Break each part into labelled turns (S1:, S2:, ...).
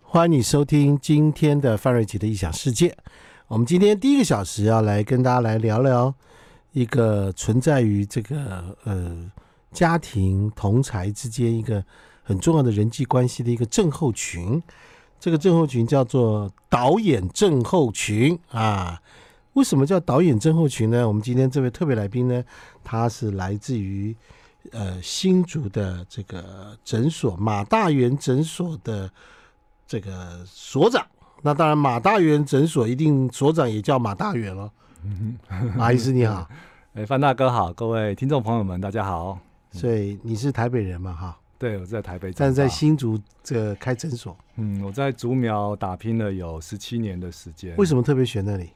S1: 欢迎你收听今天的范瑞杰的异想世界。我们今天第一个小时要来跟大家来聊聊一个存在于这个呃家庭同才之间一个很重要的人际关系的一个症候群。这个症候群叫做导演症候群啊。为什么叫导演症候群呢？我们今天这位特别来宾呢，他是来自于呃新竹的这个诊所马大元诊所的这个所长。那当然，马大元诊所一定所长也叫马大元了。
S2: 嗯
S1: 马医师你好，
S2: 哎，范大哥好，各位听众朋友们，大家好。
S1: 所以你是台北人嘛？哈，
S2: 对，我在台北长大，
S1: 但是在新竹这开诊所，
S2: 嗯，我在竹苗打拼了有十七年的时间。
S1: 为什么特别选那里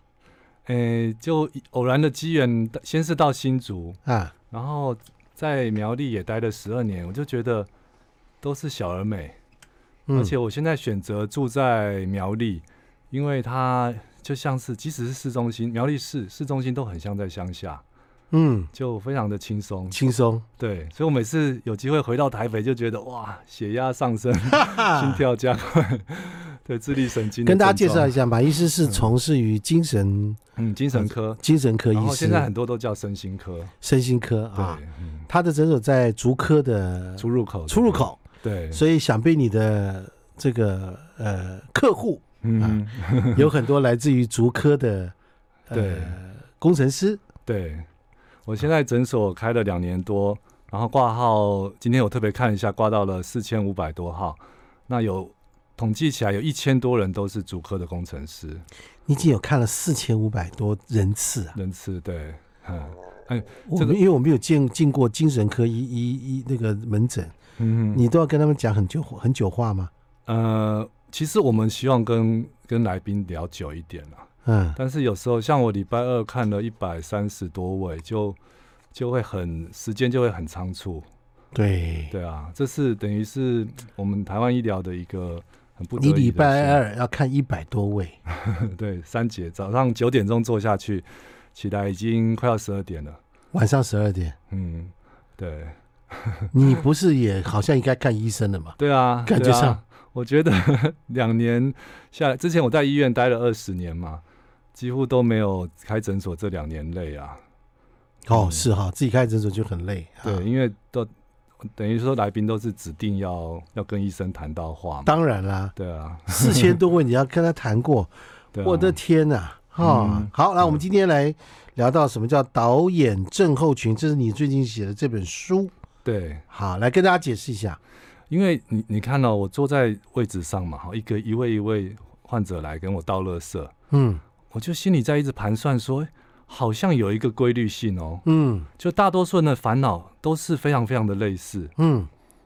S2: 诶，就偶然的机缘，先是到新竹，
S1: 啊？
S2: 然后在苗栗也待了十二年，我就觉得都是小而美，
S1: 嗯
S2: 而且我现在选择住在苗栗，因为它就像是即使是市中心，苗栗市市中心都很像在乡下，
S1: 嗯，
S2: 就非常的轻松。
S1: 轻松，
S2: 对，所以我每次有机会回到台北，就觉得哇，血压 上升，心
S1: 哈哈。
S2: 跳加快，对，自律神经的
S1: 跟大家介
S2: 症状
S1: 绍一，下，马医师是从事于精神
S2: 嗯，精神科，
S1: 精神科
S2: 然
S1: 啊医
S2: 后
S1: 师，
S2: 现在很多都叫身心科，
S1: 身心科
S2: 对
S1: 啊，，
S2: 嗯
S1: 他的诊所在竹科的
S2: 出入口，
S1: 出入，口，
S2: 对，
S1: 所以想必你的这个呃客户啊
S2: 嗯，
S1: 有很多来自于竹科的
S2: 对
S1: 呃工程师，
S2: 对，我现在诊所开了两年多，然后挂号，今天我特别看一下，挂到了四千五百多号，那有统计起来有一千多人都是主科的工程师，
S1: 你已经有看了四千五百多人次啊！
S2: 人次对，嗯
S1: 我
S2: 这
S1: 们
S2: 个
S1: 因为我没有见进过精神科医医医那个门诊，
S2: 嗯
S1: 你都要跟他们讲很久很久话吗？
S2: 呃，其实我们希望跟跟来宾聊久一点啦。
S1: 嗯，
S2: 但是有时候像我礼拜二看了一百三十多位，就就会很时间就会很仓促。
S1: 对，
S2: 对啊，这是等于是我们台湾医疗的一个很不得
S1: 哦你
S2: 已的
S1: 礼拜
S2: 事
S1: 二要看一百多位，
S2: 对三节早上九点钟做下去，起来已经快要十二点了。
S1: 晚上十二 点，
S2: 嗯，对
S1: 你不是也好像应该看医生了吗？
S2: 对啊，
S1: 感觉
S2: 对啊
S1: 上
S2: 我觉得 两年下来，之前我在医院待了二十年嘛，几乎都没有开诊所这两年累啊。
S1: 哦，
S2: 嗯
S1: 是哈，自己开诊所就很累。啊
S2: 对，，因为都等于说来宾都是指定要要跟医生谈到话嘛。
S1: 当然啦，
S2: 对啊，
S1: 四千多位你要跟他谈过，
S2: 对啊
S1: 我的天呐、哈、
S2: 嗯
S1: 好，那我们今天来聊到什么叫导演症候群，这是你最近写的这本书。
S2: 对，
S1: 好，来跟大家解释一下。
S2: 因为你你看到、我坐在位置上嘛，哈，一个一位一位患者来跟我倒垃圾，
S1: 嗯
S2: 我就心里在一直盘算说，诶好像有一个规律性哦，
S1: 嗯
S2: 就大多数人的烦恼都是非常非常的类似。
S1: 嗯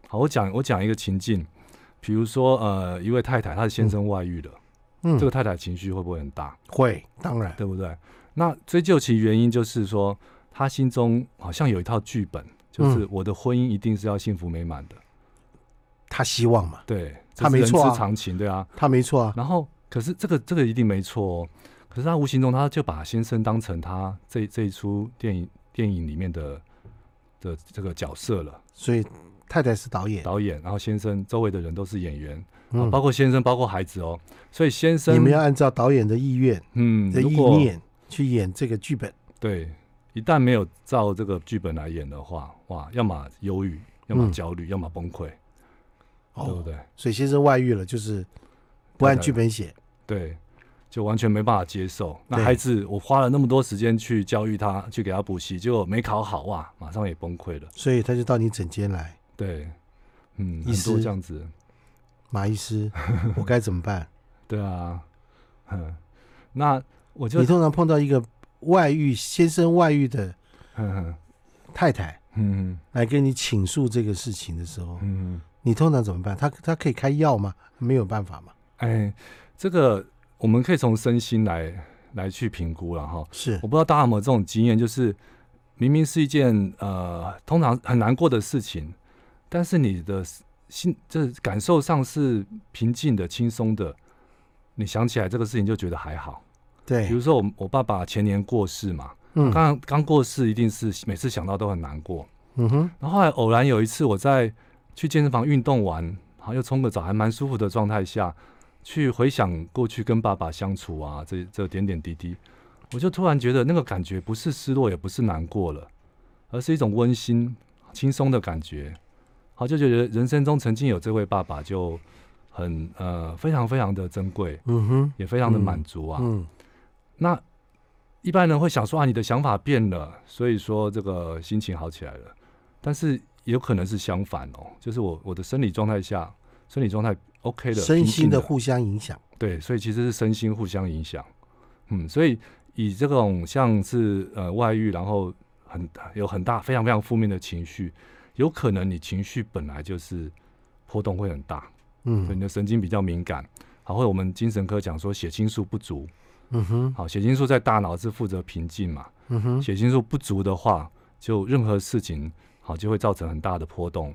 S2: 好，我讲我讲一个情境，比如说呃，一位太太她的先生外遇了，
S1: 嗯，
S2: 这个太太情绪会不会很大？
S1: 会当然
S2: 对不对？那追究其原因，就是说他心中好像有一套剧本，
S1: 嗯
S2: 就是我的婚姻一定是要幸福美满的，
S1: 他希望嘛，
S2: 对，
S1: 他
S2: 这是
S1: 没错啊
S2: 人之常情，对啊。
S1: 他没错啊。
S2: 然后，可是这个这个一定没错、哦，可是他无形中他就把先生当成他这这一出电影电影里面的的这个角色了，
S1: 所以太太是导演，
S2: 导演，然后先生周围的人都是演员，啊
S1: 嗯
S2: 包括先生，包括孩子哦，所以先生
S1: 你们要按照导演的意愿
S2: 嗯，
S1: 的
S2: 如
S1: 意
S2: 果
S1: 念去演这个剧本。
S2: 对，一旦没有照这个剧本来演的话，哇，要么忧郁，要么
S1: 嗯
S2: 焦虑，要么崩溃，对不
S1: 哦，
S2: 对？
S1: 所以先生外遇了，就是不按剧本写。
S2: 对，就完全没办法接受。那
S1: 对
S2: 孩子，我花了那么多时间去教育他，去给他补习，结果没考好，哇，马上也崩溃了。
S1: 所以他就到你诊间来，
S2: 对，嗯，
S1: 医
S2: 很
S1: 师
S2: 多这样子，
S1: 马医 师，我该怎么办？
S2: 对啊，嗯，那我就
S1: 你通常碰到一个外遇先生外遇的
S2: 嗯
S1: 太太
S2: 嗯
S1: 来跟你倾诉这个事情的时候，
S2: 嗯，
S1: 你通常怎么办？他他可以开药吗？没有办法嘛。
S2: 哎，这个我们可以从身心来来去评估了哈。
S1: 是
S2: 我，不知道大家有没有这种经验，就是明明是一件呃通常很难过的事情，但是你的心就是感受上是平静的、轻松的，你想起来这个事情就觉得还好。比
S1: 对
S2: 如，说我我爸爸前年过世嘛，
S1: 嗯
S2: 刚刚过世一定是每次想到都很难过。
S1: 嗯哼，
S2: 然后后来偶然有一次我在去健身房运动完，然后又冲个澡，还蛮舒服的状态下，去回想过去跟爸爸相处啊，这这点点滴滴，我就突然觉得那个感觉不是失落，也不是难过了，而是一种温馨、轻松的感觉。好，就觉得人生中曾经有这位爸爸，就很呃非常非常的珍贵，
S1: 嗯哼，
S2: 也非常的满足啊。
S1: 嗯
S2: 那一般人会想说啊，你的想法变了，所以说这个心情好起来了。但是也有可能是相反哦，就是我我的生理状态下，生理状态 OK 的，
S1: 身
S2: 平
S1: 心
S2: 静
S1: 的
S2: 的
S1: 互相影响，
S2: 对，所以其实是身心互相影响。嗯，所以以这种像是呃外遇，然后很有很大非常非常负面的情绪，有可能你情绪本来就是波动会很大，对
S1: 嗯
S2: 你的神经比较敏感。好，或者我们精神科讲说血清素不足，
S1: 嗯哼，
S2: 好，血清素在大脑是负责平静嘛，
S1: 嗯哼，
S2: 血清素不足的话，就任何事情好就会造成很大的波动。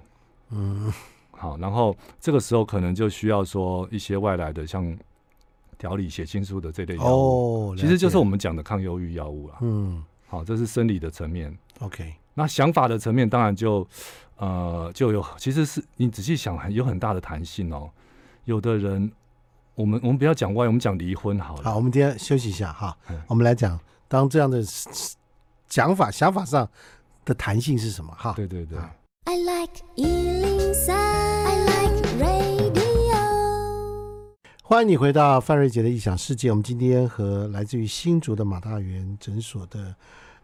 S1: 嗯
S2: 好，然后这个时候可能就需要说一些外来的像调理血清素的这类药物，
S1: 哦，
S2: 其实就是我
S1: 们
S2: 们讲的抗忧郁药物啦。
S1: 嗯
S2: 好，这是生理的层面。
S1: ，OK，
S2: 那想法的层面当然就，呃，就有其实是你仔细想，有很大的弹性哦。有的人，我们我们不要讲外，我们讲离婚好了。
S1: 好，我们今天休息一下哈
S2: 嗯，
S1: 我们来讲，当这样的讲法想法上的弹性是什么哈？
S2: 对对对。
S1: 好
S3: I like Ealing Sound. I like radio.
S1: 欢迎你回到范瑞杰的异想世界。我们今天和来自于新竹的马大元诊所的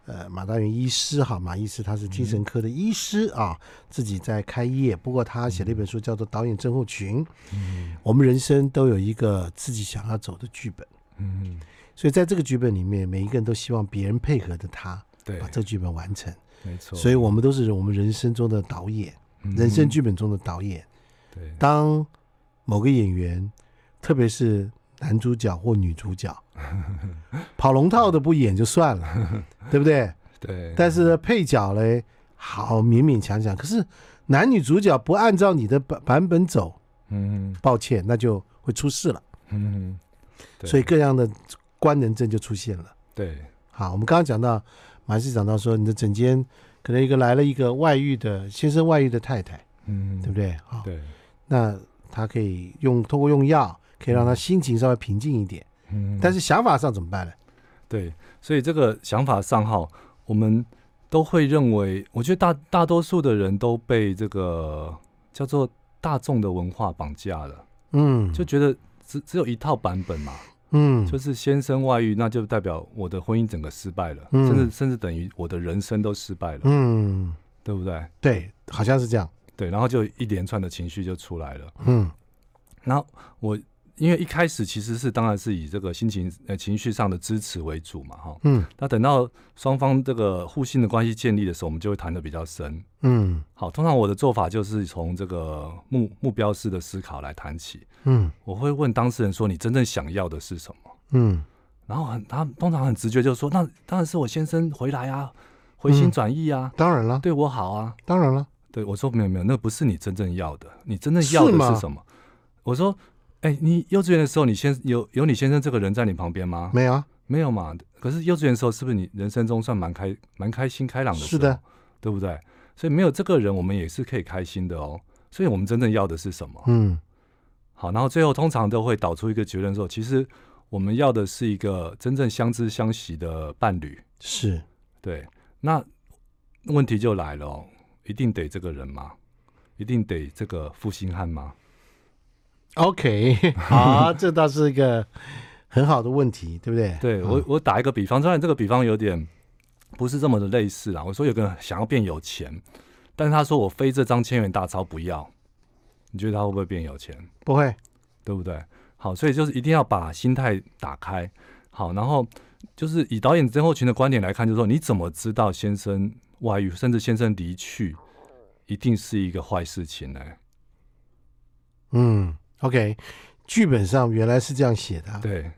S1: 呃马大元医师哈，马医师他是精神科的医师啊，自己在开业。不过他写了一本书叫做《导演症候群》，
S2: 嗯
S1: 我们人生都有一个自己想要走的剧本，
S2: 嗯，
S1: 所以在这个剧本里面，每一个人都希望别人配合着他
S2: 对
S1: 把，这个剧本完成。
S2: 没错。
S1: 所以我们都是我们人生中的导演，人生剧本中的导演。
S2: 嗯对
S1: 当某个演员，特别是男主角或女主角， 跑龙套的不演就算了， 对不
S2: 嗯
S1: 对？
S2: 对，
S1: 但是呢，配角嘞，好勉勉强强。可是男女主角不按照你的版版本走，
S2: 嗯
S1: 抱歉，那就会出事了。
S2: 嗯，对
S1: 所以各样的官能症就出现了。
S2: 对
S1: 好，我们刚刚讲到，马上讲到说，你的整间可能一个来了一个外遇的先生，外遇的太太，
S2: 嗯
S1: 对不对？好，
S2: 对，
S1: 那他可以用通过用药，可以让他心情稍微平静一点。
S2: 嗯
S1: 但是想法上怎么办呢？
S2: 对，所以这个想法上哈，我们都会认为，我觉得大大多数的人都被这个叫做大众的文化绑架了，
S1: 嗯，
S2: 就觉得只只有一套版本嘛，
S1: 嗯，
S2: 就是先生外遇，那就代表我的婚姻整个失败了，
S1: 嗯
S2: 甚至甚至等于我的人生都失败了，
S1: 嗯，
S2: 对不对？
S1: 对，好像是这样。
S2: 对，然后就一连串的情绪就出来了。
S1: 嗯
S2: 那我因为一开始其实是当然是以这个心情呃情绪上的支持为主嘛，哈。
S1: 嗯
S2: 那等到双方这个互信的关系建立的时候，我们就会谈的比较深。
S1: 嗯
S2: 好，通常我的做法就是从这个目目标式的思考来谈起。
S1: 嗯
S2: 我会问当事人说：“你真正想要的是什么
S1: 嗯？”
S2: 然后很他通常很直觉就说：“那当然是我先生回来啊，
S1: 嗯
S2: 回心转意啊，
S1: 当然了，
S2: 对我好啊。”
S1: 当然了，
S2: 对，我说没有没有，那不是你真正要的，你真正要
S1: 是吗
S2: 的是什么？我说，哎、你幼稚园的时候，你先有有你先生这个人在你旁边吗？
S1: 没有啊，
S2: 没有嘛。可是幼稚园的时候，是不是你人生中算蛮开蛮开心开朗的？
S1: 是的，
S2: 对不对？所以没有这个人，我们也是可以开心的哦。所以我们真正要的是什么？
S1: 嗯
S2: 好，然后最后通常都会导出一个结论说，其实我们要的是一个真正相知相惜的伴侣。
S1: 是，
S2: 对，那问题就来了、哦，一定得这个人吗？一定得这个负心汉吗？
S1: OK，好， 这倒是一个很好的问题，对不对？啊
S2: 对我，我打一个比方，虽然这个比方有点不是这么的类似啦。我说有个人想要变有钱，但是他说我非这张千元大钞不要，你觉得他会不会变有钱？
S1: 不会，
S2: 对不对？好，所以就是一定要把心态打开。好，然后就是以导演曾厚群的观点来看，就是说你怎么知道先生外遇，甚至先生离去，一定是一个坏事情呢？
S1: 嗯，OK，剧本上原来是这样写的啊，
S2: 对，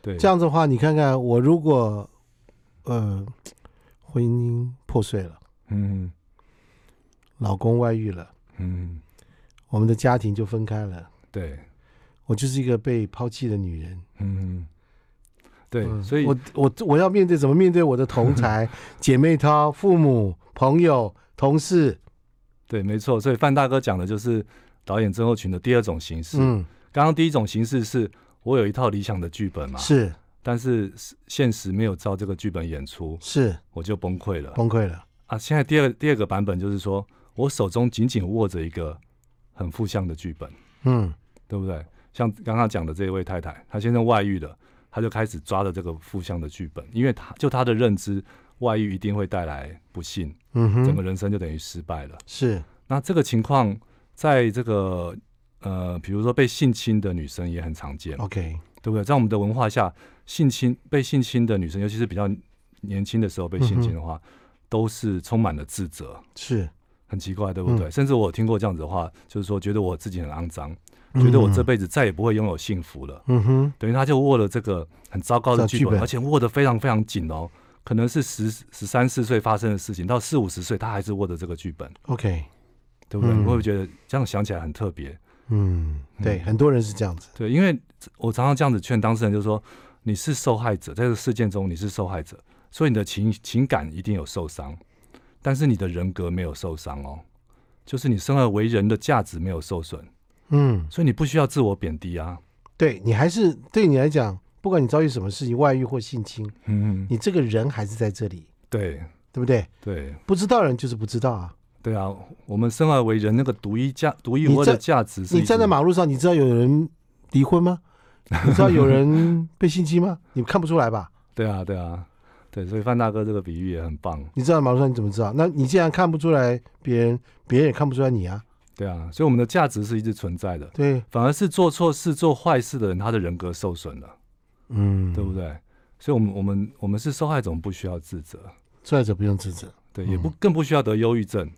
S2: 对，
S1: 这样子的话，你看看我如果呃婚姻破碎了，
S2: 嗯
S1: 老公外遇了，
S2: 嗯，
S1: 我们的家庭就分开了，
S2: 对，
S1: 我就是一个被抛弃的女人。
S2: 嗯，对，
S1: 嗯
S2: 所以
S1: 我我我要面对怎么面对我的同 才、姐妹淘、父母、朋友、同事？
S2: 对，没错，所以范大哥讲的就是导演症候群的第二种形式。
S1: 嗯
S2: 刚刚第一种形式是我有一套理想的剧本嘛，，
S1: 是
S2: 但是现实没有照这个剧本演出，
S1: 是
S2: 我就崩溃了
S1: 崩溃了，
S2: 啊！现在第二第二个版本就是说我手中紧紧握着一个很负向的剧本，
S1: 嗯
S2: 对不对？像刚刚讲的这一位太太，她先生外遇了，她就开始抓着这个负向的剧本，因为她就她的认知，外遇一定会带来不幸，
S1: 嗯
S2: 整个
S1: 哼，
S2: 人生就等于失败了。
S1: 是
S2: 那这个情况，在这个呃，比如说被性侵的女生也很常见，
S1: OK，
S2: 对不对？在我们的文化下，性侵被性侵的女生，尤其是比较年轻的时候被性侵的话，都是充满了自责，
S1: 是
S2: 很奇怪，对不对？
S1: 嗯
S2: 甚至我有听过这样子的话，就是说觉得我自己很肮脏，觉得我这
S1: 嗯
S2: 辈子再也不会拥有幸福了。
S1: 嗯哼
S2: 等于他就握了这个很糟糕的剧
S1: 糟
S2: 本，
S1: 剧本
S2: 而且握得非常非常紧哦。可能是十十三四岁发生的事情，到四五十岁他还是握着这个剧本，
S1: OK，
S2: 对不对？
S1: 嗯
S2: 你会不会觉得这样想起来很特别？
S1: 嗯，对，
S2: 嗯
S1: 很多人是这样子，
S2: 对，因为我常常这样子劝当事人，就是说你是受害者，在这个事件中你是受害者，所以你的情情感一定有受伤，但是你的人格没有受伤哦，就是你生而为人的价值没有受损，
S1: 嗯，
S2: 所以你不需要自我贬低啊。
S1: 对你还是对你来讲，不管你遭遇什么事情，外遇或性侵，
S2: 嗯，
S1: 你这个人还是在这里，
S2: 对
S1: 对不对？
S2: 对
S1: 不知道人就是不知道啊。
S2: 对啊，我们生而为人那个独一价、独一
S1: 你
S2: 无二的
S1: 站
S2: 价值是一
S1: 你
S2: 直
S1: 站在马路上，你知道有人离婚吗？你知道有 人被性侵吗？你看不出来吧？
S2: 对啊对啊对，所以范大哥这个比喻也很棒，
S1: 你知道马路上你怎么知道？那你既然看不出来别人，别人也看不出来你啊。
S2: 对啊，所以我们的价值是一直存在的，
S1: 对，
S2: 反而是做错事、做坏事的人，他的人格受损了。
S1: 嗯，
S2: 对不？对？所以，我们我们我们是受害者，我们不需要自责，
S1: 受害者不用自责。
S2: 对，也
S1: 嗯
S2: 不更不需要得忧郁症，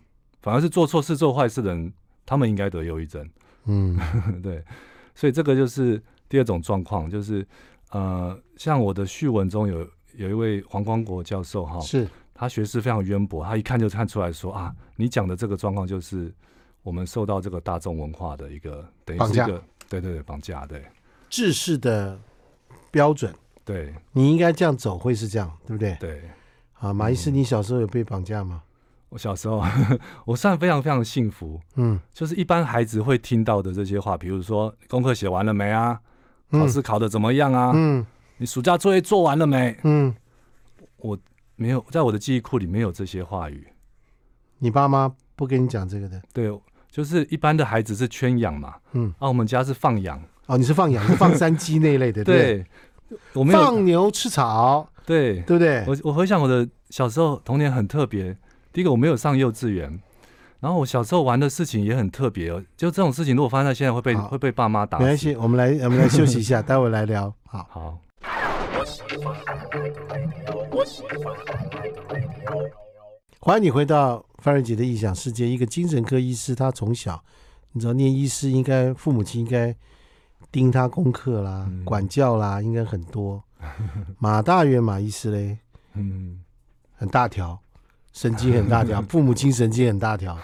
S2: 反而是做错事、做坏事的人，他们应该得忧郁症，
S1: 嗯
S2: 对。所以，这个就是第二种状况，就是呃，像我的序文中有有一位黄光国教授哈，
S1: 是，
S2: 他学识非常渊博，他一看就看出来说啊，你讲的这个状况就是我们受到这个大众文化的一个等于
S1: 绑
S2: 是一
S1: 架
S2: 个对对对绑架，对
S1: 制式的标准，
S2: 对
S1: 你应该这样走会是这样，对不对？
S2: 对。
S1: 啊，马医师，你小时候有被绑架吗？
S2: 我小时候，我算非常非常幸福，
S1: 嗯，
S2: 就是一般孩子会听到的这些话，比如说功课写完了没啊？
S1: 嗯
S2: 考试考得怎么样啊？
S1: 嗯
S2: 你暑假作业做完了没？
S1: 嗯，
S2: 没有，在我的记忆库里没有这些话语。
S1: 你爸妈不跟你讲这个的。
S2: 对，就是一般的孩子是圈养嘛，
S1: 嗯，
S2: 啊，我们家是放养。
S1: 哦，你是放羊，是 放山鸡那一类的，对不对？
S2: 对，我没有
S1: 放牛吃草，
S2: 对，
S1: 对不对？
S2: 我我回想我的小时候童年很特别。第一个，我没有上幼稚园，然后我小时候玩的事情也很特别哦。就这种事情，如果发生在现在，会被
S1: 好
S2: 会被爸妈打
S1: 没关
S2: 死。
S1: 系，我们来我 们来休息一下，待会来聊。好，
S2: 好，
S1: 欢迎你回到范瑞杰的异想世界。一个精神科医师，他从小你知道念医师，应该父母亲应该盯他功课啦、
S2: 嗯
S1: 管教啦，应该很 多。马大元马医师嘞，
S2: 嗯。
S1: 很大条，神经很大条， 父母亲神经很大条，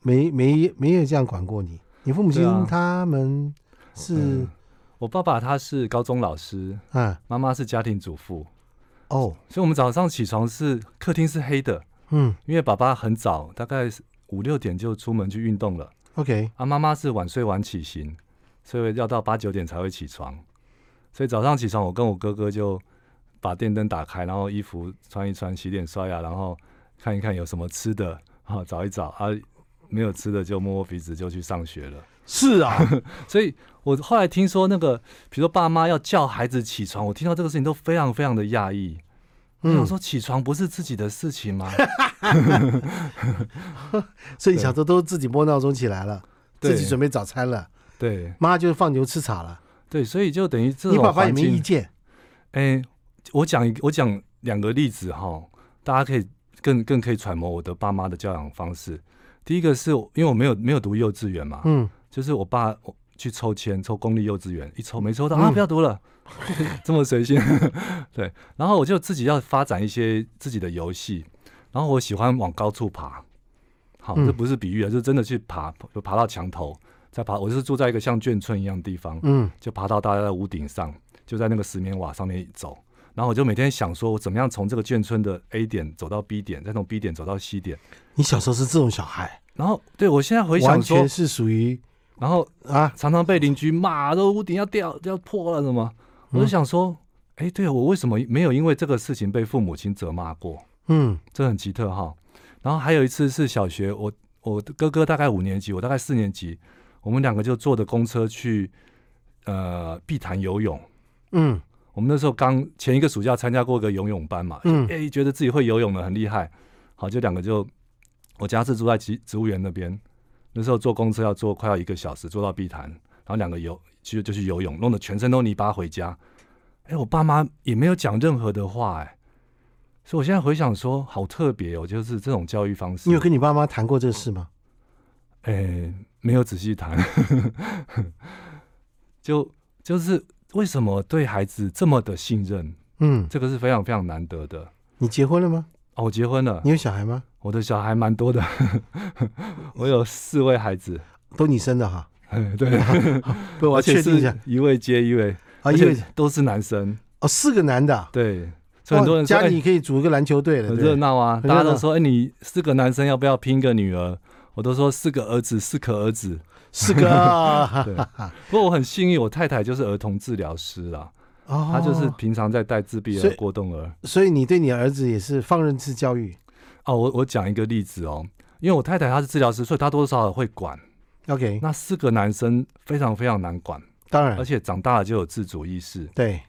S1: 没没没有这样管过你。你父母亲
S2: 对啊
S1: 他们是
S2: 嗯我爸爸他是高中老师，
S1: 啊
S2: 妈妈是家庭主妇，
S1: 哦
S2: 所以我们早上起床是客厅是黑的，
S1: 嗯
S2: 因为爸爸很早，大概五六点就出门去运动了，
S1: OK
S2: 啊，妈妈是晚睡晚起型，所以要到八九点才会起床，所以早上起床我跟我哥哥就把电灯打开，然后衣服穿一穿，洗脸刷牙，然后看一看有什么吃的，啊，找一找啊。没有吃的就摸摸鼻子就去上学了，
S1: 是啊，
S2: 所以我后来听说那个，比如说爸妈要叫孩子起床，我听到这个事情都非常非常的讶异。我想
S1: 嗯，
S2: 说起床不是自己的事情 吗？
S1: 所以小时候都自己摸闹钟起来了，
S2: 对
S1: 自己准备早餐了，
S2: 对
S1: 妈就放牛吃草了。
S2: 对，所以就等于这
S1: 你
S2: 种
S1: 爸爸也
S2: 环
S1: 没意
S2: 境。
S1: 见，
S2: 哎，我讲一个我讲两个例子哈，大家可以更更可以揣摩我的爸妈的教养方式。第一个是因为我没有没有读幼稚园嘛，
S1: 嗯，
S2: 就是我爸我去抽签抽公立幼稚园，一抽没抽到、
S1: 嗯
S2: 啊，不要读了， 这么随性。 对，然后我就自己要发展一些自己的游戏，然后我喜欢往高处爬。好，
S1: 嗯
S2: 这不是比喻啊，就是真的去爬，就爬到墙头，再爬。我是住在一个像眷村一样的地方，
S1: 嗯
S2: 就爬到大家的屋顶上，就在那个石棉瓦上面走。然后我就每天想说，我怎么样从这个眷村的 A 点走到 B 点，再从 B 点走到 C 点。
S1: 你小时候是这种小孩，
S2: 然后对我现在
S1: 完
S2: 回想说
S1: 全，是属于
S2: 然后
S1: 啊，
S2: 常常被邻居骂，都屋顶要掉要破了什么，我就想说，哎、对啊，我为什么没有因为这个事情被父母亲责骂过？
S1: 嗯
S2: 这很奇特哈。然后还有一次是小学，我我的哥哥大概五年级，我大概四年级，我们两个就坐着公车去呃碧潭游泳。
S1: 嗯
S2: 我们那时候刚前一个暑假参加过一个游泳班嘛，
S1: 嗯
S2: 哎、觉得自己会游泳了，很厉害。好，就两个就，我家是住在植植物园那边，那时候坐公车要坐快要一个小时，坐到碧潭，然后两个游就就去游泳，弄得全身都泥巴回家。哎、我爸妈也没有讲任何的话、哎，所以我现在回想说，好特别哦，就是这种教育方式。
S1: 你有跟你爸妈谈过这事吗？
S2: 哎、没有仔细谈， 就就是为什么对孩子这么的信任？
S1: 嗯，
S2: 这个是非常非常难得的。
S1: 你结婚了吗？
S2: 哦，我结婚了
S1: 你，有小孩吗？
S2: 我的小孩蛮 多的，我有四位孩子，
S1: 都你生的哈？
S2: 哎对，
S1: 不，我要
S2: 而且
S1: 确定一下
S2: 是一位接一位，
S1: 啊，
S2: 而
S1: 因为
S2: 且都是男生，
S1: 哦，四个男的啊，
S2: 对，所
S1: 哇，
S2: 以很多人说
S1: 家
S2: 哎
S1: 里可以组一个篮球队了，
S2: 很
S1: 对
S2: 热
S1: 不对
S2: 闹啊，
S1: 很热
S2: 大
S1: 闹
S2: 家都说，哎，你四个男生要不要拼一个女儿？我都说四个儿子，四个 儿子。
S1: 四个 啊，
S2: 对，不过我很幸运，我太太就是儿童治疗师啦，
S1: 哦，
S2: 她就是平常在带自闭
S1: 所以
S2: 儿、过动儿。
S1: 所以你对你儿子也是放任式教育
S2: 哦，我我讲一个例子哦，因为我太太她是治疗师，所以她多多少少会管。
S1: ，OK？
S2: 那四个男生非常非常难管，
S1: 当然
S2: 而，且长大了就有自主意识。
S1: 对，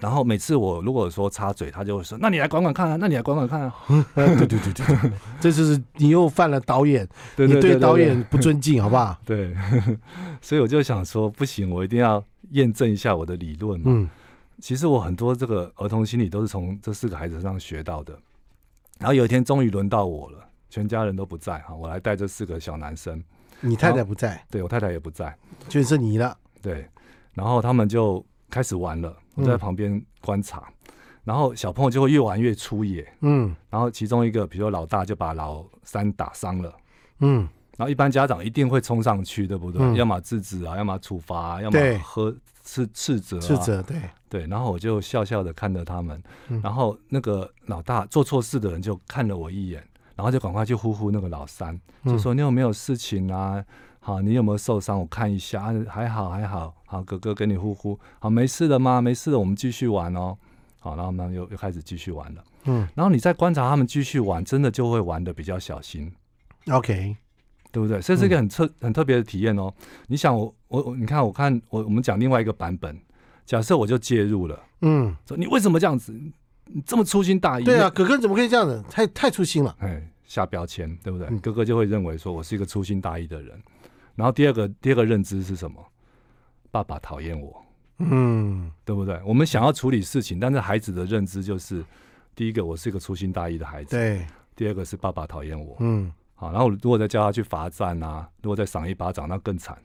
S2: 然后每次我如果说插嘴，他就会说：“那你来管管看啊，那你来管管看啊。
S1: 呃对对对对对，这就是你又犯了导演，”
S2: 对对
S1: 你对导演不尊敬，好不好？
S2: 对， 所以我就想说，不行，我一定要验证一下我的理论嘛。
S1: 嗯
S2: 其实我很多这个儿童心理都是从这四个孩子身上学到的。然后有一天终于轮到我了，全家人都不在哈，我来带这四个小男生，
S1: 你太太不在，
S2: 对我太太也不在，
S1: 就剩你了。
S2: 对，然后他们就开始玩了，我在旁边观察，然后小朋友就会越玩越粗野，
S1: 嗯
S2: 然后其中一个，比如说老大就把老三打伤了，
S1: 嗯，
S2: 然后一般家长一定会冲上去，对不对？
S1: 嗯
S2: 要么制止啊，要么处罚、啊，要
S1: 对
S2: 么喝斥斥责、啊，
S1: 是责对，
S2: 对。然后我就笑笑的看着他们，
S1: 嗯
S2: 然后那个老大做错事的人就看了我一眼，然后就赶快去呼呼那个老三，就
S1: 嗯
S2: 说你有没有事情啊？好，你有没有受伤？我看一下，啊还好还好，好哥哥跟你呼呼，好没事的吗？没事的，我们继续玩哦。好，然后他们又又开始继续玩了。
S1: 嗯
S2: 然后你再观察他们继续玩，真的就会玩的比较小心，
S1: ，OK，
S2: 对不对？这是
S1: 嗯
S2: 一个很特、很特别的体验哦。你想我我我你看我看我我们讲另外一个版本，假设我就介入了，
S1: 嗯，
S2: 说你为什么这样子？你这么粗心大意？
S1: 对啊，，哥哥怎么可以这样子？太太粗心了。
S2: 哎，下标签，对不对？
S1: 嗯
S2: 哥哥就会认为说我是一个粗心大意的人。然后第二个第二个认知是什么？爸爸讨厌我，
S1: 嗯
S2: 对不对？我们想要处理事情，但是孩子的认知就是，第一个我是一个粗心大意的孩，子，
S1: 对，
S2: 第二个是爸爸讨厌我，
S1: 嗯，
S2: 好，然后如果再叫他去罚站啊，如果再赏一巴掌，那更惨，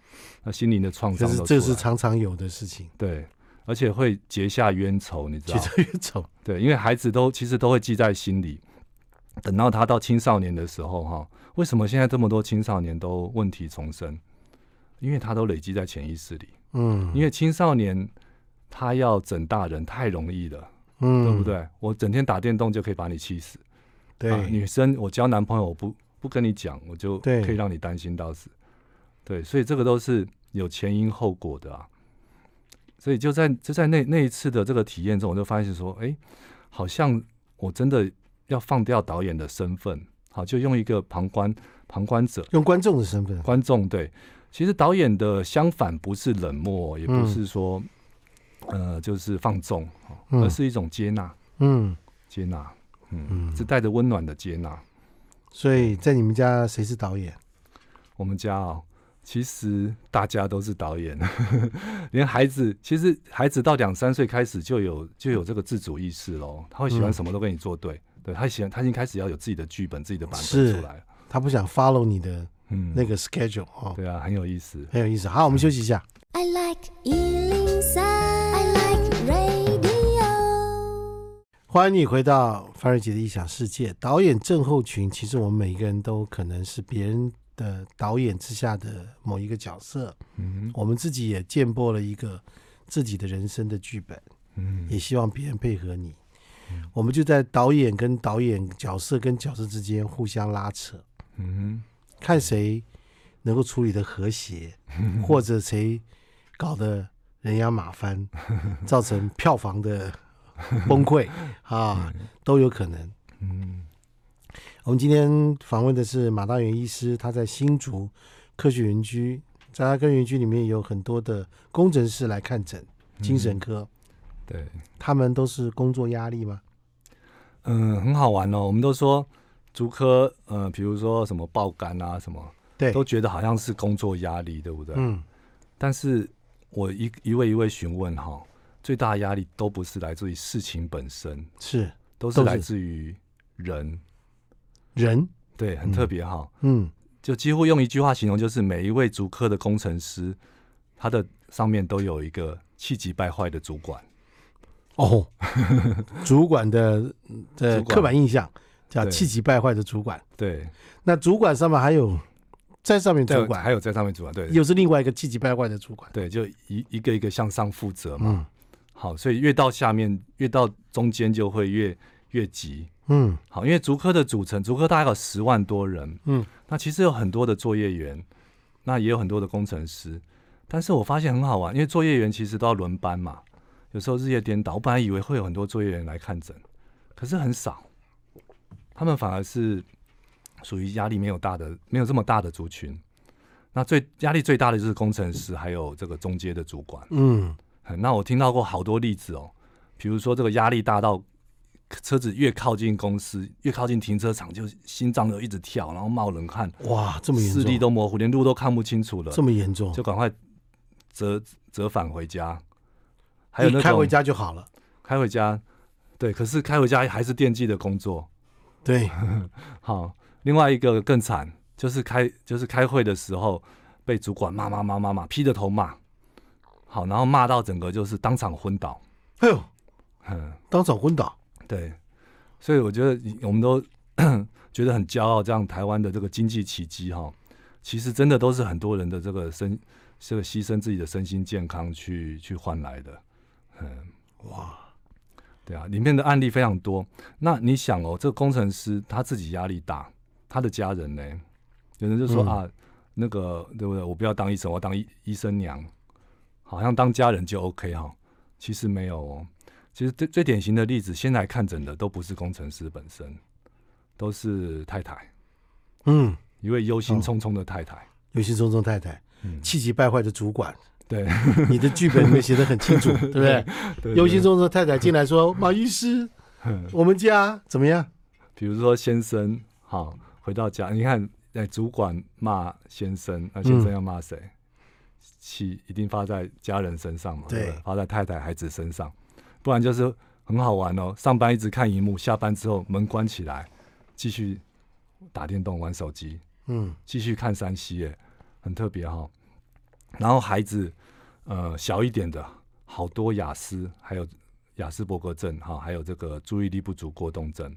S2: 那心灵的创
S1: 这
S2: 伤
S1: 是
S2: 都出
S1: 这
S2: 来
S1: 是常常有的事情，
S2: 对，而且会结下冤仇，你知
S1: 觉
S2: 道？
S1: 得越丑。
S2: 对，因为孩子都其实都会记在心里，等到他到青少年的时候，哈，为什么现在这么多青少年都问题丛生？因为他都累积在潜意识里，
S1: 嗯，
S2: 因为青少年他要整大人太容易了，
S1: 嗯，
S2: 对不？对？我整天打电动就可以把你气死，啊
S1: 对，
S2: 女生，我交男朋友我不不跟你讲，我就
S1: 对
S2: 可以让你担心到死。对，所以这个都是有前因后果的啊。所以就在就在那那一次的这个体验中，我就发现说，哎，好像我真的要放掉导演的身份，好，就用一个旁观旁观者
S1: 用观众的身份，
S2: 观众对。其实导演的相反不是冷漠，也不
S1: 嗯
S2: 是说、呃就是放纵，哦
S1: 嗯
S2: 而是一种接纳
S1: 嗯
S2: 接纳，嗯，
S1: 嗯
S2: 是，带着温暖的接纳。
S1: 所以在你们家谁是导演？
S2: 我们家哦，其实大家都是导演，连孩子，其实孩子到两三岁开始就有就有这个自主意识喽，他会喜欢
S1: 嗯
S2: 什么都跟你作对，对他喜欢他已经开始要有自己的剧本、自己的版
S1: 是
S2: 本出来了，
S1: 他不想 follow 你的
S2: 嗯，
S1: 那个 schedule 哦，
S2: 对啊，很有意思。
S1: 很有意思。好，我们休息一下。
S3: I like Ealing Sound. I like radio.
S1: 欢迎你回到范瑞杰的异想世界。导演症候群，其实我们每一个人都可能是别人的导演之下的某一个角色。
S2: 嗯
S1: 我们自己也建构了一个自己的人生的剧本，
S2: 嗯
S1: 也希望别人配合你。我们就在导演跟导演、角色跟角色之间互相拉扯，
S2: 嗯，
S1: 看谁能够处理的和谐，或者谁搞得人仰马翻，造成票房的崩溃啊，都有可能。
S2: 嗯
S1: 我们今天访问的是马大元医师，他在新竹科学园区，在他科学园区里面有很多的工程师来看诊，精神科，
S2: 对，
S1: 他们都是工作压力吗？
S2: 嗯，很好玩哦。我们都说竹科，呃，比如说什么爆肝啊，什么
S1: 对，
S2: 都觉得好像是工作压力，对不对？
S1: 嗯
S2: 但是我一一位一位询问哈，最大的压力都不是来自于事情本身，
S1: 是
S2: 都
S1: 都
S2: 是
S1: 是
S2: 来自于人。
S1: 人，
S2: 对，很特别哈，
S1: 嗯
S2: 就几乎用一句话形容，就是每一位竹科的工程师，他的上面都有一个气急败坏的主管。
S1: 哦， 主管的的
S2: 主管
S1: 刻板印象叫
S2: 对
S1: 气急败坏的主管，
S2: 对，
S1: 那主管上面还有在上面主
S2: 在
S1: 管，
S2: 还有在上面主管，对，
S1: 又是另外一个气急败坏的主管，
S2: 对，就一一个一个向上负责嘛。
S1: 嗯
S2: 好，所以越到下面，越到中间就会越越急。
S1: 嗯
S2: 好，因为竹科的组成，竹科大概有十万多人，
S1: 嗯，
S2: 那其实有很多的作业员，那也有很多的工程师，但是我发现很好玩，因为作业员其实都要轮班嘛，有时候日夜颠倒。我本来以为会有很多作业员来看诊，可是很少，他们反而是属于压力没有大的，没有这么大的族群。那最压力最大的就是工程师，还有这个中阶的主管。
S1: 嗯，
S2: 嗯那我听到过好多例子哦，比如说这个压力大到车子越靠近公司，越靠近停车场，就心脏就一直跳，然后冒冷汗，
S1: 哇，这么严
S2: 视力
S1: 重，啊
S2: 都模糊，连路都看不清楚了
S1: 这，么严重，
S2: 就赶快折折返回家。还有那
S1: 你
S2: 种
S1: 开回，家就好了，
S2: 开回家，对，可是开回家还是惦记的工作。
S1: 对，
S2: 好，另外一个更惨，就是开就是开会的时候被主管骂骂骂骂骂，劈着头骂，好，然后骂到整个就是当场昏倒。
S1: 哎呦，
S2: 嗯，
S1: 当场昏倒，
S2: 对，所以我觉得你我们都 觉得很骄傲，这样台湾的这个经济奇迹哈，其实真的都是很多人的这个身这个牺牲自己的身心健康去去换来的，嗯，
S1: 哇，
S2: 对啊，里面的案例非常多。那你想哦，这个工程师他自己压力大，他的家人呢？有人就说、
S1: 嗯
S2: 啊，那个对不对？我不要当医生，我要当医医生娘，好像当家人就 OK 哈。其实没有哦，其实最最典型的例子，先来看诊的都不是工程师本身，都是太太，
S1: 嗯，
S2: 一位忧心
S1: 哦
S2: 忡忡的太太。
S1: 尤其中中太太
S2: 嗯，
S1: 气急败坏的主管，
S2: 对，
S1: 你的剧本里面写的很清 楚，对不对？
S2: 对
S1: 尤其中中太太进来说，马医师， 我们家怎么样？
S2: 比如说先生，好，回到家，你看，哎，主管骂先生，那先生要骂谁？气一定发在家人身上嘛，
S1: 对
S2: 对不对，发在太太、孩子身上，不然就是很好玩哦。上班一直看荧幕，下班之后门关起来，继续打电动、玩手机，
S1: 嗯
S2: 继续看山西，耶，很特别哈、然后孩子，呃，小一点的，好多雅思，还有雅斯伯格症哈、还有这个注意力不足过动症。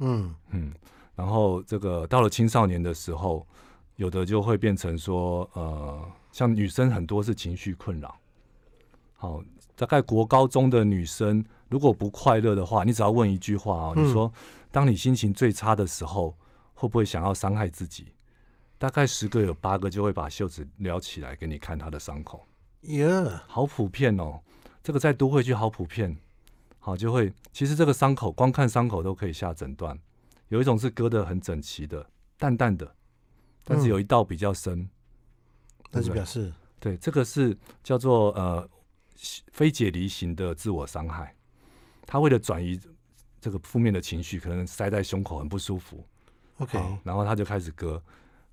S1: 嗯，
S2: 嗯，然后这个到了青少年的时候，有的就会变成说，呃，像女生很多是情绪困扰。好，大概国高中的女生，如果不快乐的话，你只要问一句话哦，
S1: 嗯
S2: 你说，当你心情最差的时候，会不会想要伤害自己？大概十个有八个就会把袖子撩起来给你看她的伤口。
S1: 耶、
S2: 好普遍哦，这个在都会区好普遍，好就会，其实这个伤口光看伤口都可以下诊断，有一种是割得很整齐的，淡淡的，但是有一道比较深，
S1: 那就表示
S2: 对，这个是叫做呃非解离型的自我伤害，他为了转移这个负面的情绪，可能塞在胸口很不舒服，
S1: OK，
S2: 好然后他就开始割，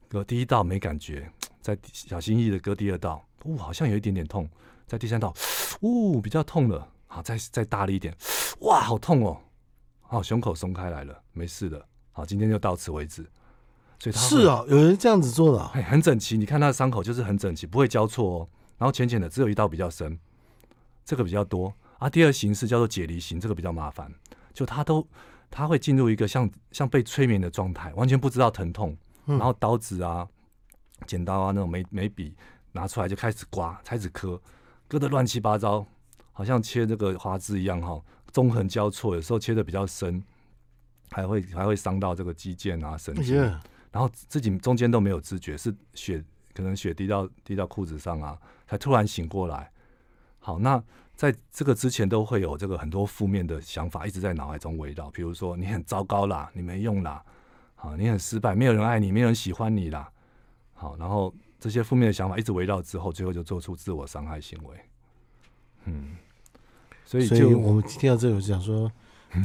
S2: 割第一道没感觉，再小心翼翼的割第二道，哦，好像有一点点痛，在第三道， 哦，比较痛了，好，再再大力一点， 哇，好痛哦，好，胸口松开来了，没事了，好，今天就到此为止。所以他
S1: 是
S2: 啊，
S1: 哦，有人这样子做的哦、
S2: 哎，很整齐，你看他的伤口就是很整齐，不会交错哦，然后浅浅的，只有一道比较深，这个比较多啊。第二形式叫做解离型，这个比较麻烦，就他都他会进入一个像像被催眠的状态，完全不知道疼痛，
S1: 嗯
S2: 然后刀子啊、剪刀啊那种眉眉笔拿出来就开始刮，开始割，割的乱七八糟，好像切这个花枝一样哈、纵横交错，有时候切的比较深，还会还会伤到这个肌腱啊、神
S1: 耶、
S2: 经。然后自己中间都没有知觉，是血可能血滴到滴到裤子上啊，才突然醒过来。好，那在这个之前都会有这个很多负面的想法一直在脑海中围绕，比如说你很糟糕啦，你没用啦，好，你很失败，没有人爱你，没有人喜欢你啦。好，然后这些负面的想法一直围绕之后，最后就做出自我伤害行为。嗯，所以
S1: 所
S2: 就
S1: 以我们听到这里，我就想说，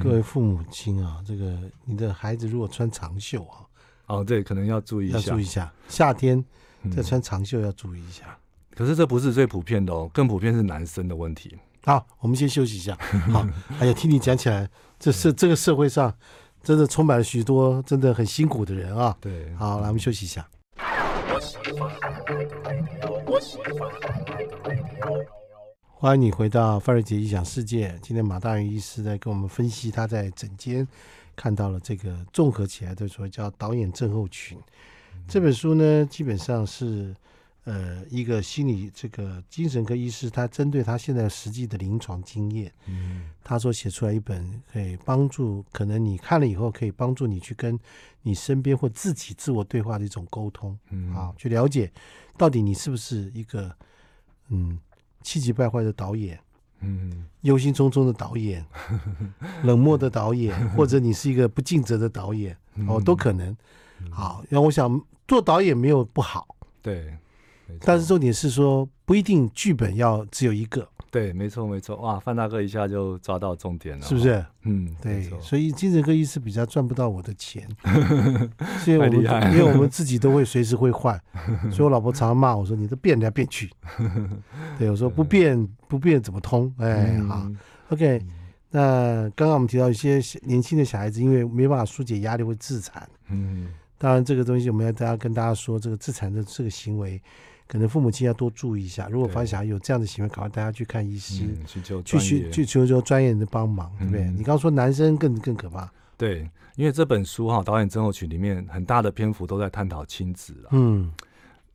S1: 各位父母亲啊，这个你的孩子如果穿长袖啊，
S2: 哦，对，可能要注意一
S1: 要
S2: 下
S1: 注意一。下，夏天
S2: 嗯
S1: 在穿长袖要注意一下。
S2: 可是这不是最普遍的哦，更普遍是男生的问题。
S1: 好，我们先休息一下。好，哎呀，听你讲起来，这是这个社会上真的充满了许多真的很辛苦的人啊。
S2: 对，
S1: 好，来我们休息一下。欢迎你回到范瑞杰异想世界。今天马大元医师在跟我们分析他在诊间看到了这个综合起来的所谓叫导演症候群。这本书呢，基本上是呃一个心理这个精神科医师，他针对他现在实际的临床经验，
S2: 嗯
S1: 他所写出来一本可以帮助，可能你看了以后可以帮助你去跟你身边或自己自我对话的一种沟通
S2: 嗯，
S1: 啊，去了解到底你是不是一个嗯气急败坏的导演，
S2: 嗯，
S1: 忧心忡忡的导 演，冷漠的导演，或者你是一个不尽责的导演，
S2: 嗯
S1: 哦，都可能。好，那我想做导演没有不好，
S2: 对。没错
S1: 但是重点是说不一定剧本要只有一个，
S2: 对，没错没错，哇，范大哥一下就抓到重点了，
S1: 是不？是？
S2: 嗯，没
S1: 对，
S2: 错
S1: 所以精神科医师比较赚不到我的 钱，所以我
S2: 太
S1: 们
S2: 厉害了
S1: 因为我们自己都会随时会换，所以我老婆常常骂我说你都变来变 去，对我说不变不变怎么通？哎，好
S2: 嗯
S1: ，OK。那刚刚我们提到一些小年轻的小孩子，因为没办法疏解压力会自残，
S2: 嗯，
S1: 当然这个东西我们要大家跟大家说，这个自残的这个行为，可能父母亲要多注意一下。如果发现
S2: 对
S1: 小孩有这样的行为，赶快带他去看医师，
S2: 嗯去求
S1: 去
S2: 专
S1: 寻
S2: 业
S1: 去求求专业人的帮忙，对不对？
S2: 嗯
S1: 你刚说男生更更可怕，
S2: 对，因为这本书哈，《导演症候群》里面很大的篇幅都在探讨亲子了。
S1: 嗯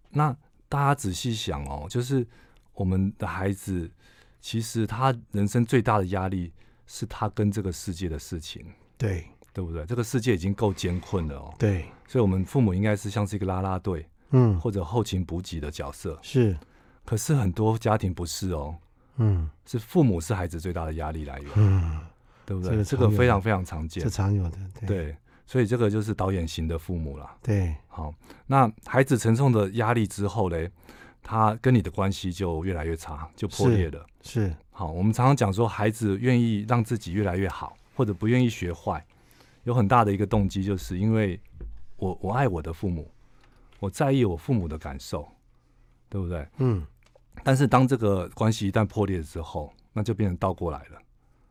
S2: 那大家仔细想哦，就是我们的孩子，其实他人生最大的压力是他跟这个世界的事情，，
S1: 对
S2: 对不对？这个世界已经够艰困了哦，
S1: 对，
S2: 所以我们父母应该是像是一个啦啦队
S1: 嗯，
S2: 或者后勤补给的角色。
S1: 是，
S2: 可是很多家庭不是哦，
S1: 嗯
S2: 是父母是孩子最大的压力来源，
S1: 嗯，
S2: 对不
S1: 这
S2: 对？
S1: 个
S2: 这
S1: 常
S2: 个
S1: 有
S2: 非常非常常见
S1: 这。常有的，对
S2: 对，所以这个就是导演型的父母啦。
S1: 对
S2: 好，那孩子承受的压力之后嘞，他跟你的关系就越来越差，就破裂了。
S1: 是，
S2: 好，我们常常讲说，孩子愿意让自己越来越好，或者不愿意学坏，有很大的一个动机，就是因为我我爱我的父母，我在意我父母的感受，对不对？
S1: 嗯
S2: 但是当这个关系一旦破裂之后，那就变成倒过来了，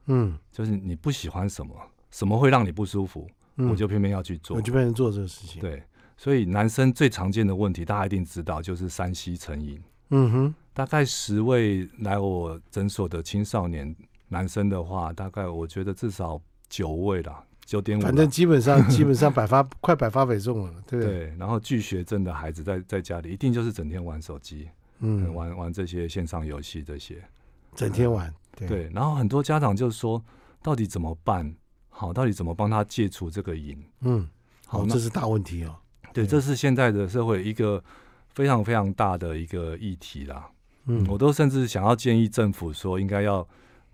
S1: 嗯，
S2: 就是你不喜欢什么，什么会让你不舒服，
S1: 嗯
S2: 我就偏偏要去做
S1: 我。就被人做这个事情，，
S2: 对，所以男生最常见的问题，大家一定知道，就是三 C 成瘾。
S1: 嗯哼，
S2: 大概十位来我诊所的青少年男生的话，大概我觉得至少九位啦，九点五。
S1: 反正基本 上基本上百发快百发百中了，对不对？
S2: 对，然后拒学症的孩子在在家里一定就是整天玩手机，嗯、
S1: 嗯，
S2: 玩玩这些线上游戏这些。
S1: 整天玩，对
S2: 对，然后很多家长就说，到底怎么办？好，到底怎么帮他戒除这个瘾？
S1: 嗯，
S2: 好
S1: 好，
S2: 那
S1: 这是大问题哦，
S2: 对，这是现在的社会一个非常非常大的一个议题啦。
S1: 嗯，
S2: 我都甚至想要建议政府说，应该要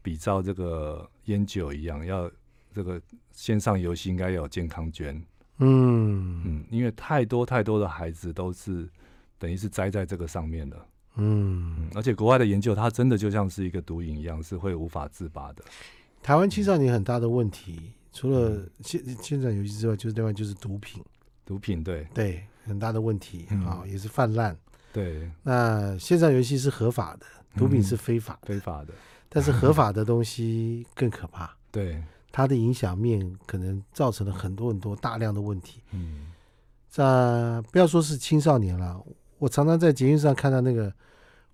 S2: 比照这个烟酒一样，要这个线上游戏应该要有健康捐。
S1: 嗯
S2: 嗯，因为太多太多的孩子都是等于是栽在这个上面了。
S1: 嗯，
S2: 嗯，而且国外的研究，它真的就像是一个毒瘾一样，是会无法自拔的。
S1: 台湾青少年很大的问题，除了现现在游戏之外，就是另外就是毒品，
S2: 毒品，对
S1: 对，很大的问题
S2: 嗯
S1: 啊，也是泛滥。
S2: 对，
S1: 那线上游戏是合法的，毒品是
S2: 嗯
S1: 非法的。
S2: 非法的，
S1: 但是合法的东西更可怕，
S2: 对，
S1: 它的影响面可能造成了很多很多大量的问题。
S2: 嗯，
S1: 这不要说是青少年了，我常常在捷运上看到那个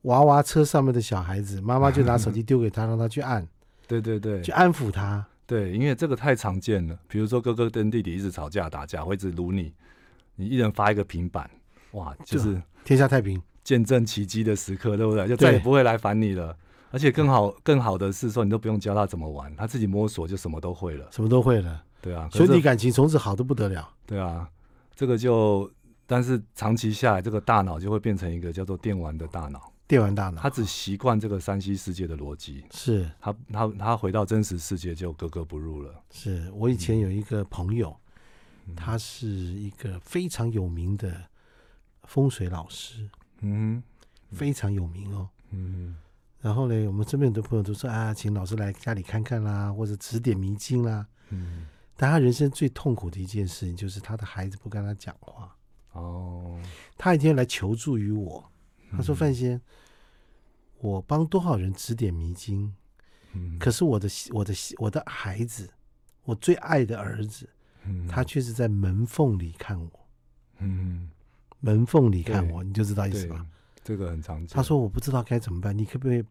S1: 娃娃车上面的小孩子，妈妈就拿手机丢给他，让他去按，
S2: 对对对
S1: 去安抚他。
S2: 对，因为这个太常见了。比如说哥哥跟弟弟一直吵架打架，或一直撸你，你一人发一个平板，哇，就
S1: 对
S2: 是。
S1: 天下太平，
S2: 见证奇迹的时刻，对不对？就再也不会来烦你了。而且更好更好的是说，你都不用教他怎么玩，他自己摸索就什么都会了，
S1: 什么都会了，
S2: 嗯对啊。可
S1: 兄
S2: 是
S1: 弟感情从此好的不得了。
S2: 对啊，这个就但是长期下来，这个大脑就会变成一个叫做电玩的大脑，
S1: 电玩大脑，
S2: 他只习惯这个山西世界的逻辑，
S1: 是
S2: 他他他回到真实世界就格格不入了。
S1: 是我以前有一个朋友，
S2: 嗯
S1: 他是一个非常有名的风水老师，
S2: 嗯
S1: 非常有名哦。
S2: 嗯
S1: 然后呢，我们身边很多朋友都说啊，请老师来家里看看啦，或者指点迷津啦。
S2: 嗯，
S1: 但他人生最痛苦的一件事情就是他的孩子不跟他讲话。
S2: 哦，
S1: 他一天来求助于我，他说：“
S2: 嗯
S1: 范先，我帮多少人指点迷津，
S2: 嗯
S1: 可是我的我的我的孩子，我最爱的儿子，
S2: 嗯
S1: 他却是在门缝里看我。”
S2: 嗯，
S1: 门缝里看我，你就知道意思
S2: 对
S1: 吧？，
S2: 这个很常见。
S1: 他说我不知道该怎么办，你可不可以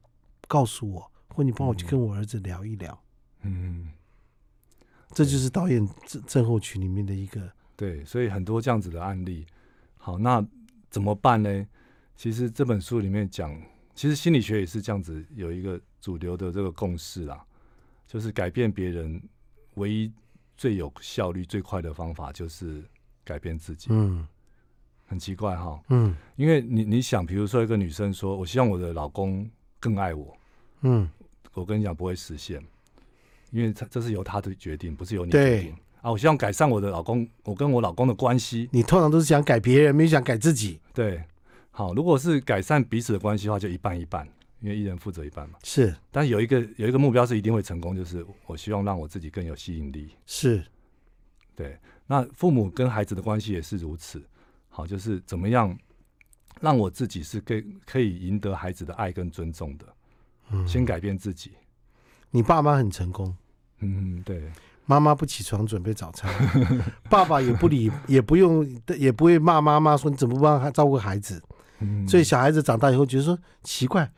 S1: 告诉我，或你帮我去跟我儿子聊一聊？
S2: 嗯，
S1: 这就是导演症症候群里面的一个
S2: 对，所以很多这样子的案例。好，那怎么办呢？其实这本书里面讲，其实心理学也是这样子，有一个主流的这个共识啦，就是改变别人唯一最有效率、最快的方法就是改变自己。
S1: 嗯
S2: 很奇怪哈，
S1: 嗯
S2: 因为你你想，比如说一个女生说：“我希望我的老公更爱我。
S1: 嗯”
S2: 我跟你讲不会实现，因为这这是由他的决定，不是由你
S1: 对
S2: 决定啊。我希望改善我的老公，我跟我老公的关系。
S1: 你通常都是想改别人，没有想改自己，
S2: 对，好，如果是改善彼此的关系的话，就一半一半，因为一人负责一半嘛。
S1: 是
S2: 但有一个有一个目标是一定会成功，就是我希望让我自己更有吸引力。
S1: 是
S2: 对，那父母跟孩子的关系也是如此。好，就是怎么样让我自己是可以可以赢得孩子的爱跟尊重的，
S1: 嗯，
S2: 先改变自己。
S1: 你爸妈很成功。
S2: 嗯，对，
S1: 妈妈不起床准备早餐， 爸爸也不理，也不用，也不会骂妈妈说你怎么不帮他照顾孩子。
S2: 嗯，
S1: 所以小孩子长大以后觉得说奇怪，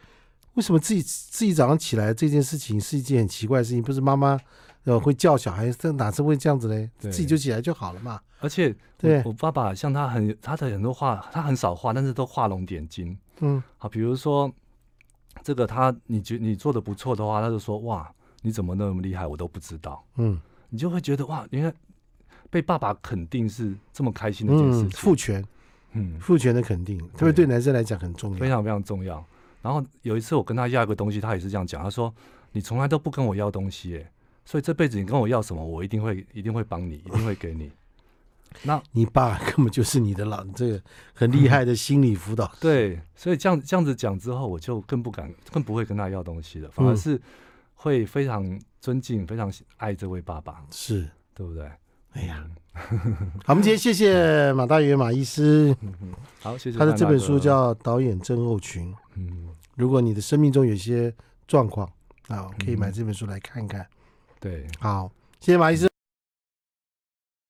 S1: 为什么自己自己早上起来这件事情是一件很奇怪的事情？不是妈妈呃会叫小孩，这哪是会这样子嘞？
S2: 对
S1: 自己就起来就好了嘛。
S2: 而且
S1: 对
S2: 我我爸爸像他很他的很多话，他很少话，但是都画龙点睛。
S1: 嗯
S2: 好，比如说这个他，你觉你做的不错的话，他就说哇，你怎么那么厉害，我都不知道，
S1: 嗯
S2: 你就会觉得哇，原来被爸爸肯定是这么开心的一件
S1: 嗯，
S2: 事情
S1: 父，权
S2: 嗯，
S1: 父权的肯定，特别对男生来讲很重
S2: 非
S1: 要。
S2: 常非常重要。然后有一次我跟他要一个东西，他也是这样讲，他说你从来都不跟我要东西耶，所以这辈子你跟我要什么，我一定会一定会帮你，一定会给你。那
S1: 你爸根本就是你的老这个很厉害的心理辅导。
S2: 对，所以这样这样子讲之后，我就更不敢，更不会跟他要东西了，反而
S1: 嗯
S2: 是会非常尊敬、非常爱这位爸爸，
S1: 是，
S2: 对不对？嗯
S1: 哎呀，好，我们今天谢谢马大爷马医师，
S2: 好，谢谢
S1: 他的
S2: 范
S1: 这
S2: 大
S1: 本
S2: 哥
S1: 书叫《导演症候群》。
S2: 嗯，
S1: 如果你的生命中有嗯一些状况啊，可以买这本书来看看。
S2: 对。
S1: 好，谢谢马医师。